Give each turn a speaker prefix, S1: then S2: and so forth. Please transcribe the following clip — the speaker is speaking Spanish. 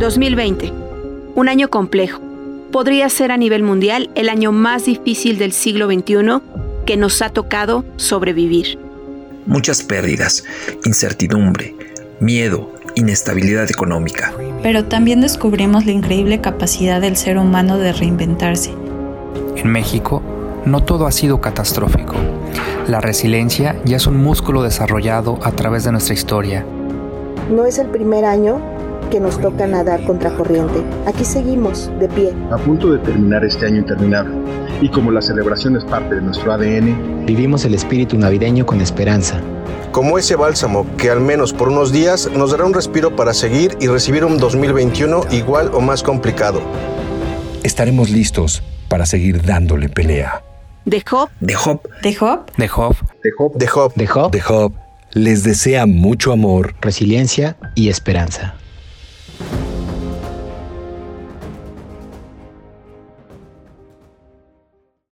S1: 2020. Un año complejo. Podría ser a nivel mundial el año más difícil del siglo XXI que nos ha tocado sobrevivir.
S2: Muchas pérdidas, incertidumbre, miedo, inestabilidad económica.
S3: Pero también descubrimos la increíble capacidad del ser humano de reinventarse.
S4: En México, no todo ha sido catastrófico. La resiliencia ya es un músculo desarrollado a través de nuestra historia.
S5: No es el primer año que nos toca nadar contracorriente. Aquí seguimos, de pie.
S6: A punto de terminar este año interminable. Y como la celebración es parte de nuestro ADN,
S7: vivimos el espíritu navideño con esperanza.
S8: Como ese bálsamo que al menos por unos días nos dará un respiro para seguir y recibir un 2021 igual o más complicado.
S9: Estaremos listos para seguir dándole pelea.
S1: De Job.
S2: De Job.
S3: De Job.
S4: De Job.
S8: De Job. De Job.
S7: De Job.
S9: De Job. Les desea mucho amor,
S7: resiliencia y esperanza.